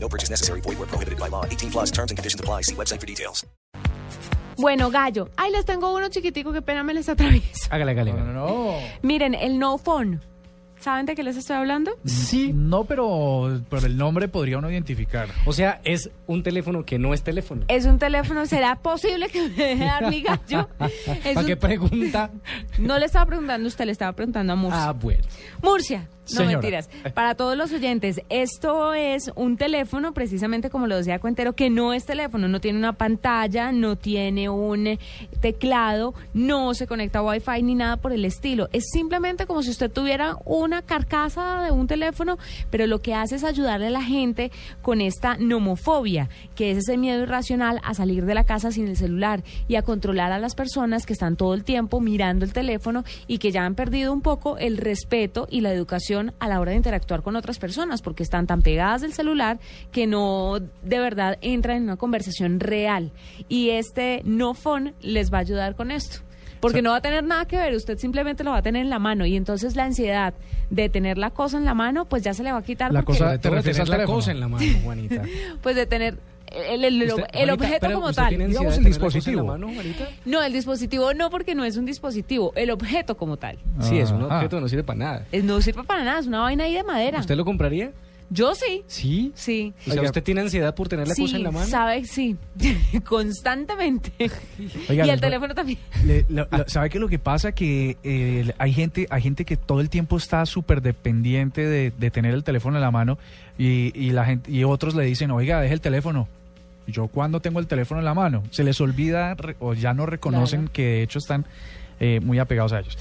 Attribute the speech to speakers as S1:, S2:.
S1: No purchase necessary. Void where prohibited by law. 18 plus terms and conditions apply. See website for details.
S2: Bueno, gallo. Ay, les tengo uno chiquitico, qué pena me les atravieso.
S3: Hágale, hágale. hágale.
S2: Miren, el no phone. ¿Saben de qué les estoy hablando?
S3: Sí, no, pero por el nombre podría uno identificar.
S4: O sea, es un teléfono que no es teléfono.
S2: Es un teléfono, ¿será posible que me deje dar mi gallo? Es
S4: ¿Para qué
S2: un-
S4: pregunta?
S2: No le estaba preguntando a usted, le estaba preguntando a Murcia.
S4: Ah, bueno.
S2: Murcia, no
S4: Señora.
S2: mentiras. Para todos los oyentes, esto es un teléfono, precisamente como lo decía Cuentero, que no es teléfono, no tiene una pantalla, no tiene un eh, teclado, no se conecta a Wi-Fi ni nada por el estilo. Es simplemente como si usted tuviera una carcasa de un teléfono, pero lo que hace es ayudarle a la gente con esta nomofobia, que es ese miedo irracional a salir de la casa sin el celular y a controlar a las personas que están todo el tiempo mirando el teléfono y que ya han perdido un poco el respeto y la educación a la hora de interactuar con otras personas porque están tan pegadas del celular que no de verdad entran en una conversación real. Y este no phone les va a ayudar con esto. Porque no va a tener nada que ver, usted simplemente lo va a tener en la mano y entonces la ansiedad de tener la cosa en la mano pues ya se le va a quitar
S3: La
S2: porque-
S3: cosa-
S4: eh, Te
S3: ¿Te refieres
S4: refieres
S3: al
S4: la
S3: teléfono?
S4: cosa en la mano, Juanita.
S2: pues de tener el, el- el-
S4: Usted-
S2: el
S4: Juanita,
S2: objeto
S4: pero,
S2: como
S4: ¿usted
S2: tal.
S4: tiene ansiedad
S3: Digamos
S4: de
S3: el
S4: tener la cosa
S3: dispositivo.
S4: en la mano, Juanita?
S2: No, el dispositivo no, porque no es un dispositivo, el objeto como tal.
S4: Sí, es un
S3: Ajá.
S4: objeto, no sirve para nada.
S2: Eh, No sirve para nada, es una vaina ahí de madera.
S4: ¿Usted lo compraría?
S2: Yo sí,
S4: Sí.
S2: sí.
S4: O sea,
S3: Oiga.
S4: ¿usted tiene ansiedad por tener la
S2: sí,
S4: cosa en la mano?
S2: sabe, sí, constantemente.
S3: Oiga,
S2: y el
S3: les voy-
S2: teléfono también.
S3: Le- la- la- ¿Sabe qué lo que pasa? Que eh, hay gente hay gente que todo el tiempo está súper dependiente de, de tener el teléfono en la mano y, y la gente y otros le dicen, oiga, deje el teléfono. Y Yo cuando tengo el teléfono en la mano, se les olvida re- o ya no reconocen
S2: Claro.
S3: que de hecho están eh, muy apegados a ellos.